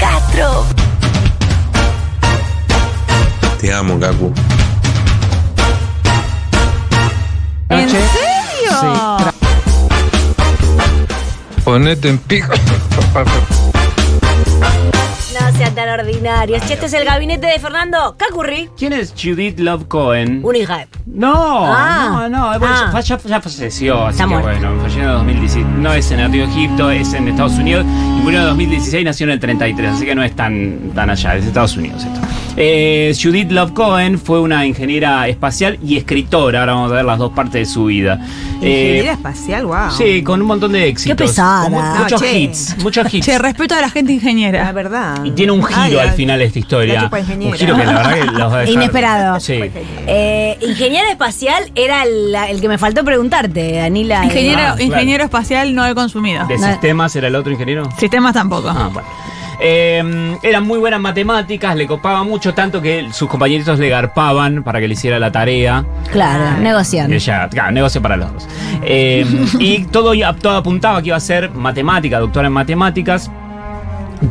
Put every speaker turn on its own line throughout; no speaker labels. Castro.
Te amo, Cacu.
¿En
Noche.
serio?
Ponete en pico.
No sean tan ordinarios. Che, este es el gabinete de Fernando Cacurri.
¿Quién es Judith Love Cohen?
Una hija. de-
No,
Ah.
no, no, bueno,
Ah.
fa- ya, ya falleció, así
Está
que
muerta.
bueno, falleció en el 2016. No es en Antiguo Egipto, es en Estados Unidos. Y murió en el 2016, nació en el 33, así que no es tan, tan allá, es Estados Unidos esto. Eh, Judith Love Cohen fue una ingeniera espacial y escritora, ahora vamos a ver las dos partes de su vida. Eh,
Ingeniería espacial, wow.
sí, con un montón de éxitos.
pesada.
Con mu- Muchos
No, Ah, che.
hits, muchos hits.
Che, respeto a la gente
La
ingeniera.
verdad.
Y tiene un giro
Ay,
al
ay.
final de esta
La
historia.
chupa ingeniera.
Un giro que la verdad que los va a dejar-
Inesperado.
Sí.
Eh, ingeniera espacial era el, la- el que me faltó preguntarte, Danila.
Ingeniero,
Ah, claro.
ingeniero espacial no he consumido.
¿De
Ah, No.
sistemas era el otro ingeniero?
Sistemas tampoco.
Ah, bueno. Eh, era muy buena en matemáticas, le copaba mucho, tanto que sus compañeritos le garpaban para que le hiciera la tarea.
Eh, Claro, negociando.
Ella, claro, negocio para los dos. Eh, y todo, todo apuntaba que iba a ser matemática, doctora en matemáticas,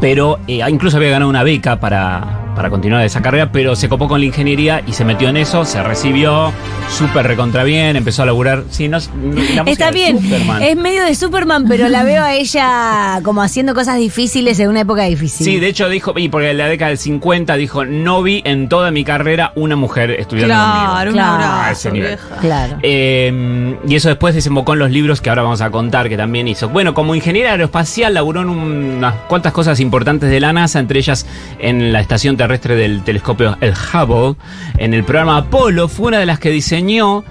pero eh, incluso había ganado una beca para, para continuar esa carrera, pero se copó con la ingeniería y se metió en eso, se recibió súper recontra bien, empezó a laburar. Sí, no, la música
Está
de
bien,
Superman.
es medio de Superman, pero la veo a ella como haciendo cosas difíciles en una época difícil.
Sí, de hecho dijo, y porque en la década del 50 dijo, no vi en toda mi carrera una mujer estudiando
Claro,
conmigo".
un
Claro.
A
abrazo,
ese nivel.
vieja.
Claro.
Eh, y eso después desembocó en los libros que ahora vamos a contar, que también hizo. Bueno, como ingeniera aeroespacial laburó en unas cuantas cosas importantes de la NASA, entre ellas en la estación terrestre del telescopio El Hubble, en el programa Apolo, fue una de las que diseñó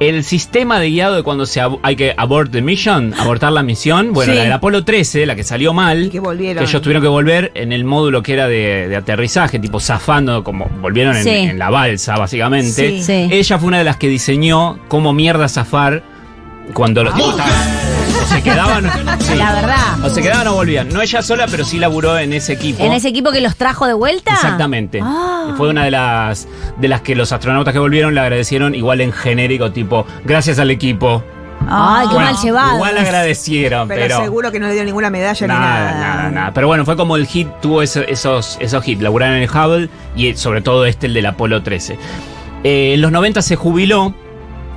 el sistema de guiado de cuando se ab- hay que abort the mission, abortar la misión. Bueno,
Sí.
la del Apolo 13, la que salió mal,
Y que volvieron.
ellos tuvieron que volver en el módulo que era de, de aterrizaje, tipo zafando, como volvieron en-
Sí.
en, la balsa, básicamente.
Sí.
Sí.
Ella fue una de las que diseñó cómo mierda zafar cuando los tipos estaban- o se quedaban. sí.
La verdad.
O se quedaban o volvían. No ella sola, pero sí laburó en ese equipo.
¿En ese equipo que los trajo de vuelta?
oh. Exactamente.
Ah.
Fue una de las de las que los astronautas que volvieron le agradecieron igual en genérico, tipo, gracias al equipo.
Ay, qué
Ah.
mal llevado.
Igual agradecieron,
Pero,
pero.
seguro que no le dio ninguna medalla ni
Nada,
nada.
nada, nada. Pero bueno, fue como el hit, tuvo eso- esos, esos hits. Laburaron en el Hubble y eh, sobre todo este, el del Apolo 13. Eh, en los 90 se jubiló,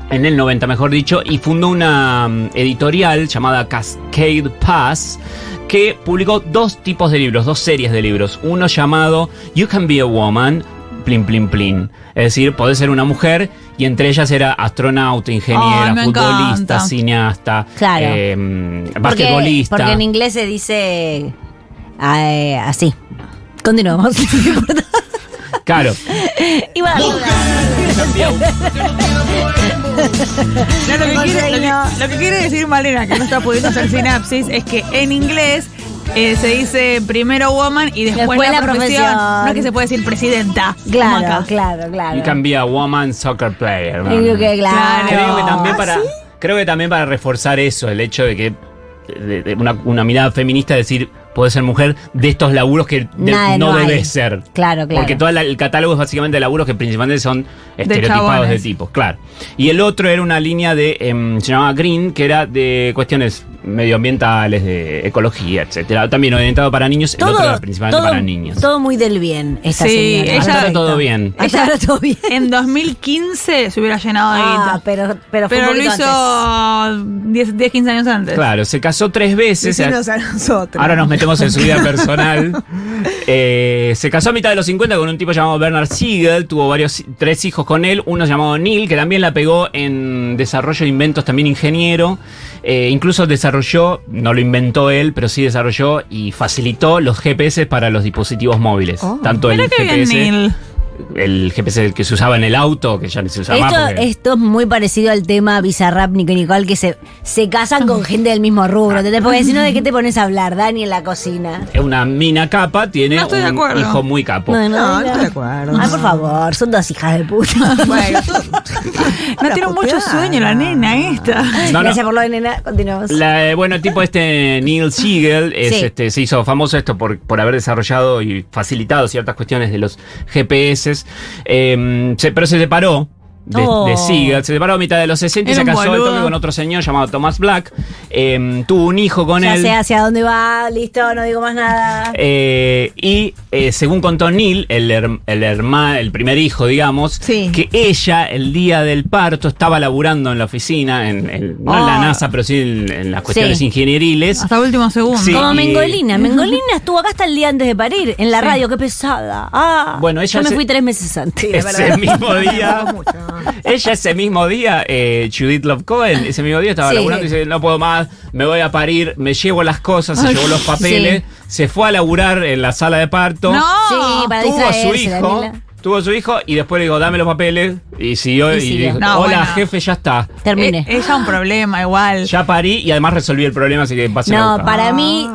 en el 90 mejor dicho, y fundó una mm, editorial llamada Cascade Pass que publicó dos tipos de libros, dos series de libros. Uno llamado You Can Be a Woman, Plin Plin Plin. Es decir, podés ser una mujer y entre ellas era astronauta, ingeniera,
Ay, me
futbolista,
encanta.
cineasta,
Claro.
eh, mm,
Porque-
basquetbolista.
Porque en inglés se dice eh, así. Continuamos.
Claro.
Iba a dar dudas.
Ya lo, que
Conseguí,
quiere, lo que-
no.
lo que quiere decir Malena, que no está pudiendo hacer sinapsis, es que en inglés eh, se dice primero woman y después,
Después
la,
la
profesión.
profesión.
No es que se puede decir presidenta. como
Claro,
acá.
claro, claro.
Y cambia a woman soccer player.
Yo creo que claro.
Creo que también
¿Ah,
para.
sí?
Creo que también para reforzar eso, el hecho de que de- de una, una mirada feminista decir puedes ser mujer de estos laburos que de-
Nada,
no,
no hay.
debes ser.
Claro, claro.
Porque todo el catálogo es básicamente de laburos que principalmente son estereotipados de,
chabones.
tipos, claro. Y el otro era una línea de em, se llamaba Green, que era de cuestiones medioambientales, de ecología, etcétera. También orientado para niños, el otro era principalmente
todo-
para niños.
Todo muy del bien, esta
Sí,
señora.
ella-
Hasta ahora
Perfecto.
todo bien.
Hasta ahora todo bien.
En 2015 se hubiera llenado de
Ah,
guita.
pero, pero fue un
Pero lo
poquito antes.
hizo 10, 10, 15 años antes.
Claro, se casó tres veces.
Decinos a nosotros.
Ahora nos metemos en su vida personal. Eh, se casó a mitad de los 50 con un tipo llamado Bernard Siegel. Tuvo varios, tres hijos con él. Uno llamado Neil, que también la pegó en desarrollo de inventos, también ingeniero. Eh, incluso desarrolló, no lo inventó él, pero sí desarrolló y facilitó los GPS para los dispositivos móviles.
Oh.
tanto el
Mirá qué bien,
GPS
Neil.
el GPS que se usaba en el auto, que ya ni se usaba más
Esto,
porque-
esto es muy parecido al tema Bizarrap, Nico y Nicole, que se, se casan con gente del mismo rubro. ¿entendés? Porque si no, ¿de qué te pones a hablar, Dani, en la cocina?
una mina capa tiene
No estoy de
un
acuerdo.
hijo muy capo.
No,
No, no
diga.
estoy de acuerdo.
Ay, por favor, son dos hijas de puta.
Bueno,
No tiene mucho sueño la nena esta.
No, no.
Gracias por lo de nena. Continuamos.
La, eh, bueno, el tipo este Neil Siegel es,
Sí.
este, se hizo famoso esto por, por haber desarrollado y facilitado ciertas cuestiones de los GPS, eh, se- pero se separó. De,
Oh.
de Siegel, se separó a mitad de los 60 y
Era
se
un
casó de
boludo.
toque con otro señor llamado Thomas Black. eh, tuvo un hijo con
ya
él.
sé hacia dónde va, listo, no digo más nada.
Eh, y eh, según contó Neil, el, her- el herma- el primer hijo, digamos,
Sí.
que ella el día del parto estaba laburando en la oficina, en, en- no en la
Ah.
NASA, pero sí en, en las cuestiones
Sí.
ingenieriles.
Hasta último segundo.
Sí.
Como
y-
Mengolina. Mengolina estuvo acá hasta el día antes de parir, en la
Sí.
radio, qué pesada. Ah,
Bueno, ella
yo me
se-
fui tres meses antes.
Ese mismo día.
tampoco mucho.
Ella ese mismo día, eh, Judith Love Cohen, ese mismo día estaba
Sí.
laburando y dice, no puedo más, me voy a parir, me llevo las cosas, se llevó los papeles, se fue a laburar en la sala de parto.
No.
Sí, para
tuvo a su
distraerse,
hijo,
Daniela.
tuvo a su hijo y después le dijo, dame los papeles y siguió
Y
y,
siguió.
dijo,
No,
hola
bueno.
jefe, ya está.
Terminé.
Eh, ella un problema igual.
Ya parí y además resolví el problema, así que pasen a
No,
buscar.
para
Ah.
mí,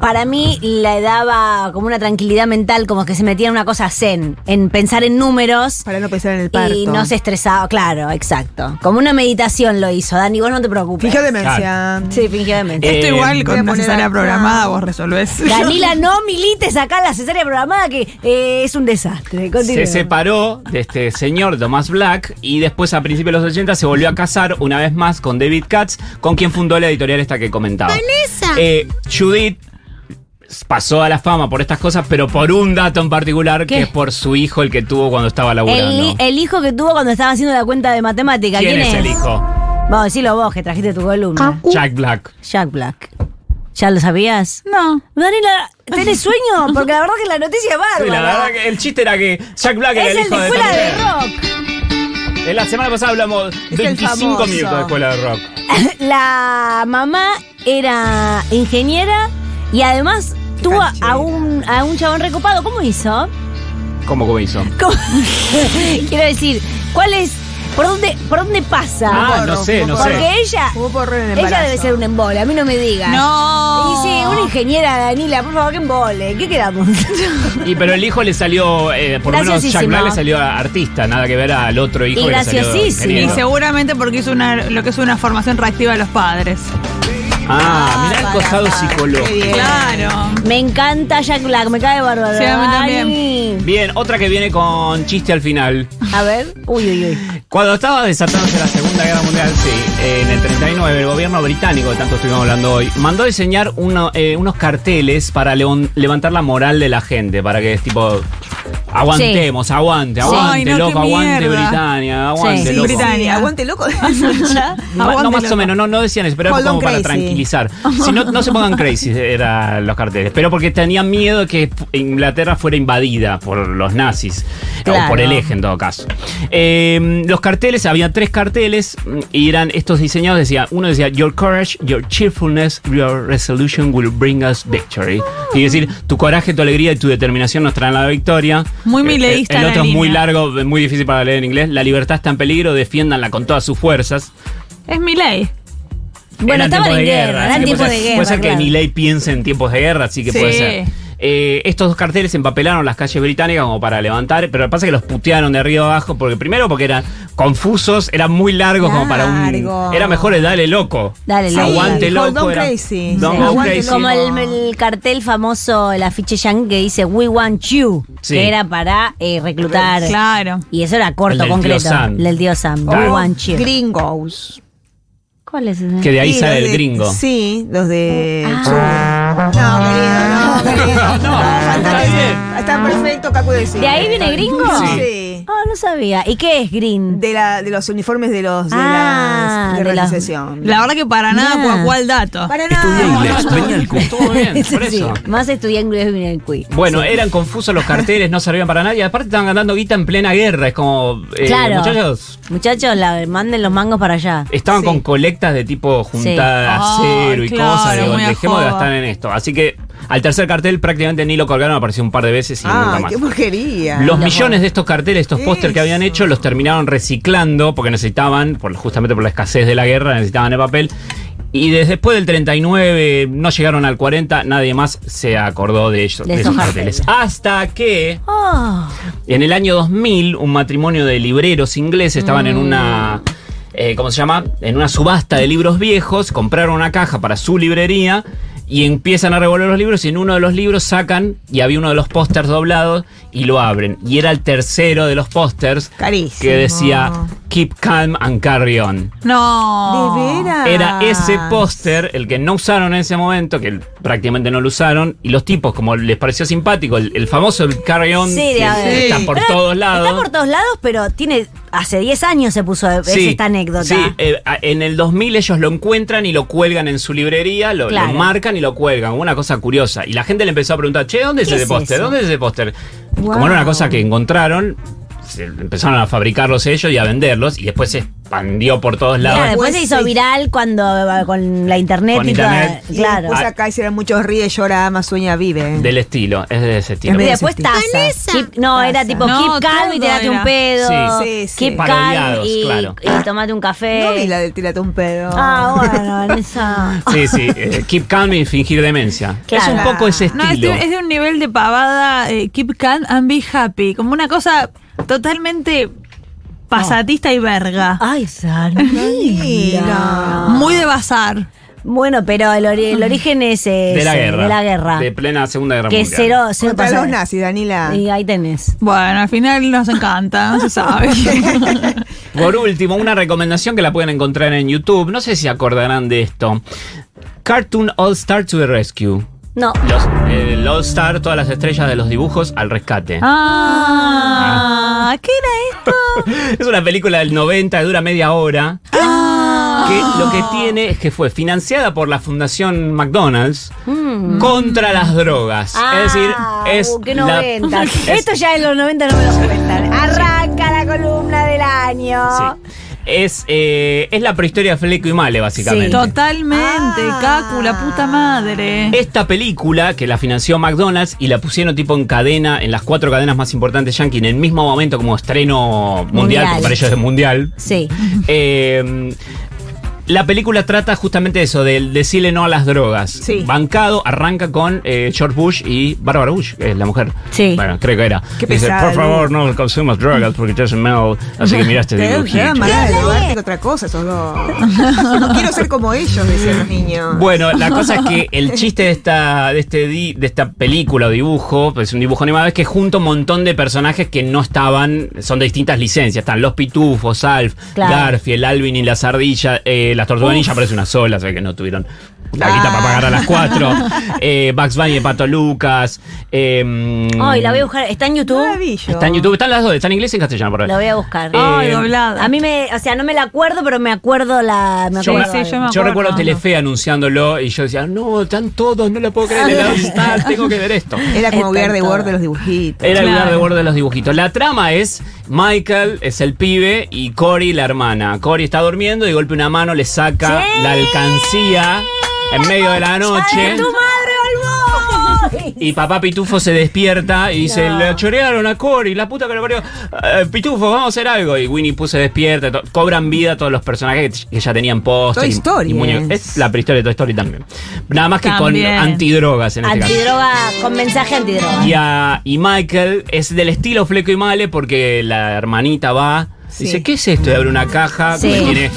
para mí le daba como una tranquilidad mental, como que se metía en una cosa zen, en pensar en números
Para no pensar en el parto.
y no se estresaba. Claro, exacto. Como una meditación lo hizo, Dani, vos no te preocupes.
Fingió demencia.
Sí, fingió demencia.
Eh,
Esto igual
voy a
con una
poner
cesárea
acá.
programada vos resolvés.
Danila, no milites acá la cesárea programada que eh, es un desastre. Continúa.
Se separó de este señor Thomas Black y después a principios de los 80 se volvió a casar una vez más con David Katz, con quien fundó la editorial esta que comentaba. ¡Vanessa! Judith pasó a la fama por estas cosas, pero por un dato en particular,
¿Qué?
que es por su hijo el que tuvo cuando estaba laburando.
el, el hijo que tuvo cuando estaba haciendo la cuenta de matemática,
¿Quién,
¿quién, Uh,
es el hijo?
Vamos, decilo vos que trajiste tu columna.
Jack Black.
Jack Black. ¿Ya lo sabías?
No.
Daniela, ¿tenés sueño? Porque la verdad que la noticia es
Sí,
bárbara.
la verdad que el chiste era que Jack Black era
es
el
el
hijo
de
de
escuela
Tom
de
Hanks.
rock.
En la semana pasada hablamos
el
25
famoso.
minutos de escuela de rock.
La mamá era ingeniera y además tuvo a
canchera.
un, a un chabón recopado. ¿Cómo hizo?
¿Cómo, cómo hizo?
¿Cómo? Quiero decir, ¿cuál es? ¿Por dónde, por dónde pasa?
Ah, no
porro,
sé, no
un
sé.
Porque ella,
Hubo porro en el
ella
embarazo.
debe ser un embole, a mí no me digas.
No.
Y sí, una ingeniera, Danila, por favor, que embole. ¿Qué quedamos?
Y pero el hijo le salió, eh, por lo menos Jack
Graciosísimo.
Black le salió a artista, nada que ver al otro hijo
Y
que le salió
graciosísimo.
Y
ingeniero.
seguramente porque hizo una, lo que es una formación reactiva a los padres.
Ah,
Ah,
mirá el costado
para, para.
psicológico.
Bien.
Claro.
me encanta Jack Black, me cae bárbaro.
Sí, a mí
Dani.
también.
Bien, otra que viene con chiste al final.
A ver, uy, uy, uy.
Cuando estaba desatándose la Segunda Guerra Mundial, sí, eh, en el 39, el gobierno británico, de tanto estuvimos hablando hoy, mandó diseñar uno, eh, unos carteles para leon- levantar la moral de la gente, para que es tipo, aguantemos, aguante,
Sí.
aguante,
Ay, no, qué
loco, aguante
mierda.
Britania, aguante,
Sí,
loco.
Britania.
Sí, aguante loco.
Ma- no, más o menos, no, no decían eso, pero era
Hold on
como para
crazy.
tranquilizar. Si no, no se pongan crazy, eran los carteles. Pero porque tenían miedo que Inglaterra fuera invadida por los nazis.
Claro.
O por el eje, en todo caso. Eh, los carteles, había tres carteles, y eran estos diseñados, decía, uno decía, Your courage, your cheerfulness, your resolution will bring us victory. Quiere decir, tu coraje, tu alegría y tu determinación nos traen la victoria.
Muy
Eh,
mileísta
El
la
otro es muy
línea.
largo, muy difícil para leer en inglés. La libertad está en peligro, defiéndanla con todas sus fuerzas.
Es mi ley.
Bueno,
Eran
estaba en
tiempos
guerra,
así
eran
que
tiempos
puede
de
ser-
guerra.
Puede ser que
claro.
ni ley piense en tiempos de guerra, así que
Sí.
puede ser. Eh, estos dos carteles empapelaron las calles británicas como para levantar, pero pasa que los putearon de arriba abajo, porque primero porque eran confusos, eran muy largos como para
Largo.
un... Era mejor el dale loco.
Dale, loco.
Aguante
Sí, hold
loco.
on
era-
crazy.
Don't
Sí.
go
Aguante
crazy.
Como el, el cartel famoso, el afiche yankee que dice We Want You,
Sí.
que era para eh, reclutar.
Claro. Oh,
Y eso era corto,
El del tío
concreto.
Sam.
El del tío Sam.
Claro.
We Want You.
Gringos.
¿Cuál es ese?
Que de ahí
Sí,
sale
los
el
de-
gringo.
Sí, los de.
Ah.
No, querido, no, querido.
No,
Falta
está
que-
bien.
Está perfecto, Cacu de
¿De ahí viene gringo?
Sí.
Ah, no sabía. ¿Y qué es Green?
De, la, de los uniformes de los de
Ah,
la de
de los-
organización.
La verdad que para nada
Ya.
cual cual dato.
Para
Estudia
nada.
inglés, venía al curso.
Estuvo bien, por
Ah. Sí,
eso.
Más estudié inglés en el CUI.
Bueno, eran confusos los carteles, no servían para nadie. Aparte estaban ganando guita en plena guerra. Es como, eh,
Claro.
muchachos,
Muchachos, la- manden los mangos para allá.
Estaban
Sí.
con colectas de tipo juntada
Ah,
cero y
claro,
cosas. Digo,
muy a
dejemos de
joda.
gastar en esto. Así que al tercer cartel prácticamente ni lo colgaron, apareció un par de veces veces y nunca
Ah,
más.
qué porquería.
Los millones de estos carteles, estos pósters que habían
Eso.
hecho, los terminaron reciclando porque necesitaban, por, justamente por la escasez de la guerra, necesitaban el papel. Y desde después del 39, no llegaron al 40, nadie más se acordó de ellos,
De
de
esos
esos carteles. Hasta que
Oh,
en el año 2000, un matrimonio de libreros ingleses estaban en una. eh, ¿Cómo se llama? En una subasta de libros viejos, compraron una caja para su librería y empiezan a revolver los libros. Y en uno de los libros sacan, y había uno de los pósters doblados, y lo abren. Y era el tercero de los pósters
Carísimo.
que decía Keep Calm and Carry On.
No.
De veras.
Ah.
Era ese póster, el que no usaron en ese momento, que prácticamente no lo usaron, y los tipos, como les pareció simpático, el, el famoso Carry On,
Sí,
que
de haber.
está por
Pero
todos lados.
Está por todos lados, pero tiene. Hace 10 años se puso es
Sí,
esta anécdota.
Sí, eh, a- en el 2000 ellos lo encuentran y lo cuelgan en su librería, lo, lo
Claro.
marcan y lo cuelgan. Una cosa curiosa. Y la gente le empezó a preguntar, che, ¿dónde es
¿Qué
ese
es
póster?
eso?
¿Dónde es ese póster? Y
Wow.
Como era una cosa que encontraron, se empezaron a fabricarlos ellos y a venderlos y después se expandió por todos
Claro,
lados.
después se hizo
Pues Sí.
viral cuando con la internet
Con
y
internet. Ah,
todo.
Y
Claro.
Después acá hicieron muchos ríe, llora, ama, sueña, vive.
Del estilo, es de
Y
ese estilo.
Es medio
después
sentido.
taza. Keep- no, era tipo
No,
keep calm y
todo
tirate un
era.
pedo.
Sí.
Sí, sí.
Keep calm
Parodiados,
y,
claro.
y tomate un café.
No vi la del tirate un pedo.
Eh. Ah, bueno, en esa.
Sí, sí, eh, keep calm y fingir demencia.
Claro.
Es un poco ese
No, este es
estilo.
de, es de un nivel de pavada, eh, keep calm and be happy. Como una cosa totalmente pasatista y verga.
Ay, Sarmila.
Muy de bazar.
Bueno, pero el, ori- el origen es ese,
de la guerra.
De la guerra.
De plena Segunda Guerra
que
Mundial.
cero, cero
Contra
pasó.
los nazis, Danila.
Y ahí tenés.
Bueno, al final nos encanta, no se sabe.
Por último, una recomendación que la pueden encontrar en YouTube. No sé si acordarán de esto. Cartoon All Star to the Rescue.
No.
Los, eh, el All Star, todas las estrellas de los dibujos al rescate.
ah, ¿qué era esto?
Es una película del 90, dura media hora. Que lo que tiene es que fue financiada por la Fundación McDonald's
Mm.
Mm. contra las drogas. es decir,
Ah,
es.
uh, qué
la-
90.
es-
Esto ya en los 90 no me lo cuentan. Arranca la columna del año.
sí. Es, eh, es la prehistoria de Fleco y Male, básicamente.
Sí.
Totalmente, Cacu, la puta madre.
Esta película que la financió McDonald's y la pusieron tipo en cadena, en las cuatro cadenas más importantes yankee, en el mismo momento como estreno mundial,
Mundial.
porque para ellos es mundial.
Sí.
Eh, la película trata justamente eso, del decirle no a las drogas.
Sí.
Bancado arranca con eh, George Bush y Barbara Bush, que es la mujer.
Sí.
Bueno, creo que era.
Qué
Dice,
pesada,
por favor,
Luis".
no consumas drogas porque te hacen mal. Así que miraste
Te
dibujito.
dan manera de drogarte que otra cosa esos dos. No quiero ser como ellos, decían los
Ah.
niños.
Bueno, la cosa es que el chiste de esta, de este di- de esta película o dibujo, pues es un dibujo animado, es que junta un montón de personajes que no estaban, son de distintas licencias. Están los pitufos, Alf,
Claro.
Garfield, Alvin y las ardillas, eh, las tortugas ninja parece una sola, se ve que no tuvieron. La guita
Ah.
para pagar a las cuatro. Eh, Bugs Bunny de Pato Lucas. eh,
Ay, la voy a buscar. ¿Está en YouTube?
Maravillo.
Está en YouTube, están las dos, está en inglés y en castellano, por ahí.
La voy a buscar.
Eh,
Ay, doblada.
A mí me, o sea, no me la acuerdo, pero me acuerdo la. Me
Yo-
acuerdo
sí, yo me
Yo
acuerdo,
recuerdo
no.
Telefe anunciándolo y yo decía, no, están todos, no la puedo creer,
Ah.
el All Star, tengo que ver esto.
Era
Está
como
en
Weird de
todo.
Word de los dibujitos.
Era el
Claro.
lugar de borde de los dibujitos. La trama es Michael es el pibe y Cory la hermana. Cory está durmiendo y de golpe una mano le saca
¡Sí!
la alcancía en medio de la noche.
¡Ay, tu madre volvó!
Y papá Pitufo se despierta y dice,
No.
le chorearon a Cory, la puta que lo parió. Eh, Pitufo, vamos a hacer algo. Y Winnie Pooh se despierta. to- Cobran vida todos los personajes que, que ya tenían post.
Toy Story es.
Es la prehistoria de Toy Story también. Nada más que
También.
con antidrogas en este caso.
Antidroga, con mensaje antidroga.
Y, a- y Michael es del estilo Fleco y Male porque la hermanita va.
Sí.
Dice, ¿qué es esto? Y abre una caja
Sí.
que tiene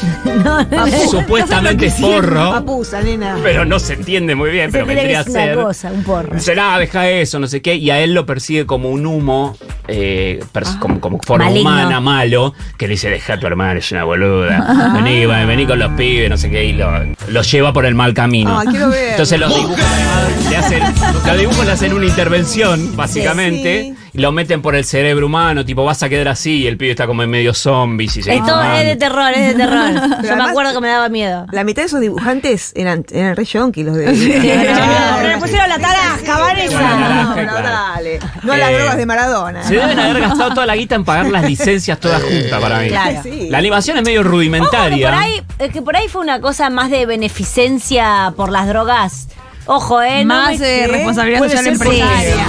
Papu-
supuestamente forro,
Papusa, nena.
pero no se entiende muy bien,
Se
Eh, pero
tiene que
vendría a
es una
ser.
cosa, un porro.
Será, deja eso, no sé qué. Y a él lo persigue como un humo, eh, pers- como, como forma
Ah, Maligno.
humana, malo, que le dice, deja a tu hermana, es una boluda. Vení, va- vení con los pibes, no sé qué, y lo, lo lleva por el mal camino.
Ah, quiero ver.
Entonces los dibujos animados le hacen, los dibujos le hacen una intervención, básicamente,
Sí.
y lo meten por el cerebro humano, tipo, vas a quedar así, y el pibe está como en medio zombie, si se
Esto es de terror, es de terror. Yo me
además-
acuerdo que me daba miedo.
La mitad de esos dibujantes eran, eran re yonkis los de.
Pero le pusieron la tarasca,
No,
Vanessa.
no,
claro.
dale. No a las
Eh,
drogas de Maradona.
Se deben haber gastado toda la guita en pagar las licencias todas juntas para mí.
Claro.
Sí.
La animación es medio
Ojo, que
rudimentaria.
por ahí, es que por ahí fue una cosa más de beneficencia por las drogas. Ojo, eh. no
Más
me-
eh, responsabilidad
Puede ser
social
porque
empresaria.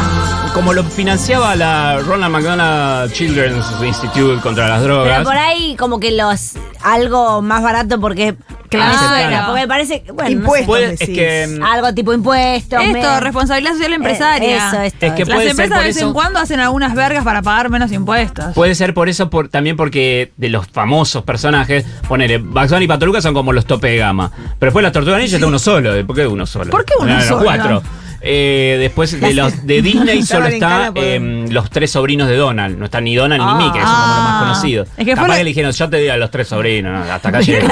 como lo financiaba la Ronald McDonald Children's Institute contra las drogas.
Pero por ahí como que los algo más barato porque
Claro.
me suena, porque me parece que, bueno, no sé,
Impuestos,
Puede- es
decís.
que, mm,
algo tipo impuestos.
Esto,
medio-
responsabilidad social empresaria.
Eh, eso, esto.
Es que-
Las
puede ser
empresas
por
de vez
eso.
en cuando hacen algunas vergas para pagar menos impuestos.
Puede ser por eso, por, también porque de los famosos personajes, ponele, Baxón y Patoluca son como los tope de gama. Pero después las Tortugas Ninja está uno solo. ¿Por qué uno solo?
¿Por qué uno
Eran los
solo?
cuatro. Eh, después de los de Disney solo
Estaban en
está
cara por-
em, los tres sobrinos de Donald. No están ni Donald
Ah.
ni Mickey, que son como los más
Ah.
conocidos.
Es que fue
Capaz
lo-
que le dijeron, yo te digo a los tres sobrinos, no, hasta acá llegué.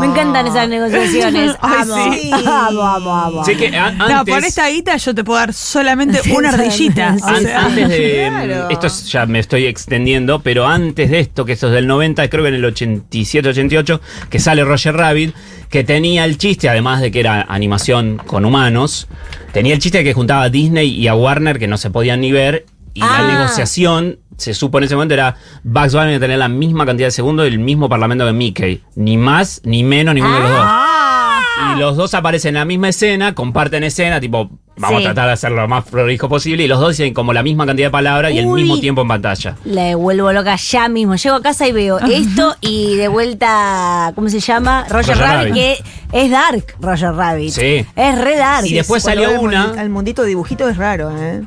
Me encantan esas negociaciones.
Ay,
Amo,
sí.
amo, amo, amo.
Así que Eh, a- antes,
No, por esta guita yo te puedo dar solamente una ardillita.
Sí,
O
An-
sí.
sea,
antes de. mm,
Claro.
Esto es- ya me estoy extendiendo, pero antes de esto, que eso es del 90, creo que en el 87-88, que sale Roger Rabbit, que tenía el chiste, además de que era animación con humanos, tenía el chiste de que juntaba a Disney y a Warner, que no se podían ni ver, y
Ah.
la negociación. Se supo en ese momento era Bugs Bunny que tenía la misma cantidad de segundos y el mismo parlamento que Mickey. Ni más, ni menos, ninguno
Ah.
de los dos. Y los dos aparecen en la misma escena, comparten escena, tipo, vamos
Sí.
a tratar de hacerlo lo más prolijo posible, y los dos dicen como la misma cantidad de palabras y el
Uy.
mismo tiempo en pantalla.
Le vuelvo loca ya mismo. Llego a casa y veo esto y de vuelta, ¿cómo se llama? Roger,
Roger
Rabbit,
Rabbit.
que es dark, Roger Rabbit.
Sí.
Es re dark.
Y después
Cuando
salió
vemos
una.
Al mundito de dibujitos es raro, ¿eh?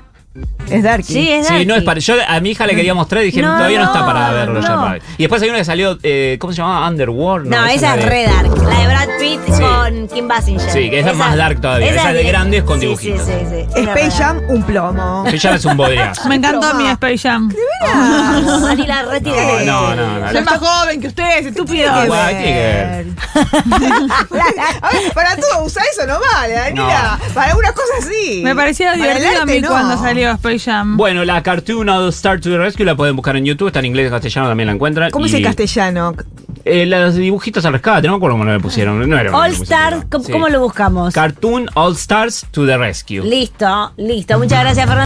Es darky.
Sí, es darky.
Sí, no es para. Yo a mi hija le quería mostrar y dije,
No,
todavía no está para
no,
verlo ya.
no.
Rabbit. Y después hay una que salió, eh, ¿cómo se llamaba? Underworld.
No, esa es
de-
re dark. La de Brad Pitt
Sí.
con Kim Basinger.
Sí, que esa es más dark todavía. Esa de
directa.
grandes con
Sí,
dibujitos.
Sí, sí, sí. Esa
Space
es re
Jam, un plomo.
Sí, ya es un bodegazo.
me encantó mi
Toma.
Space Jam.
dark. Mari la retiré.
No, no, no.
Soy más joven que ustedes, estúpido.
Tiene que
Guay,
ver. A ver, para todo usa eso no vale, Daniela. Para algunas cosas sí.
Me parecía
Para el
divertido a
arte,
mí
no.
cuando salió Space Jam.
Bueno, la cartoon All Star to the Rescue la pueden buscar en YouTube, está en inglés y castellano, también la encuentran.
¿Cómo
y-
es el castellano?
Eh, los dibujitos al rescate, no me acuerdo cómo le pusieron. No era
All Stars, ¿cómo,
Sí.
cómo lo buscamos?
Cartoon All Stars to the Rescue.
Listo, listo. Muchas gracias, Fernando.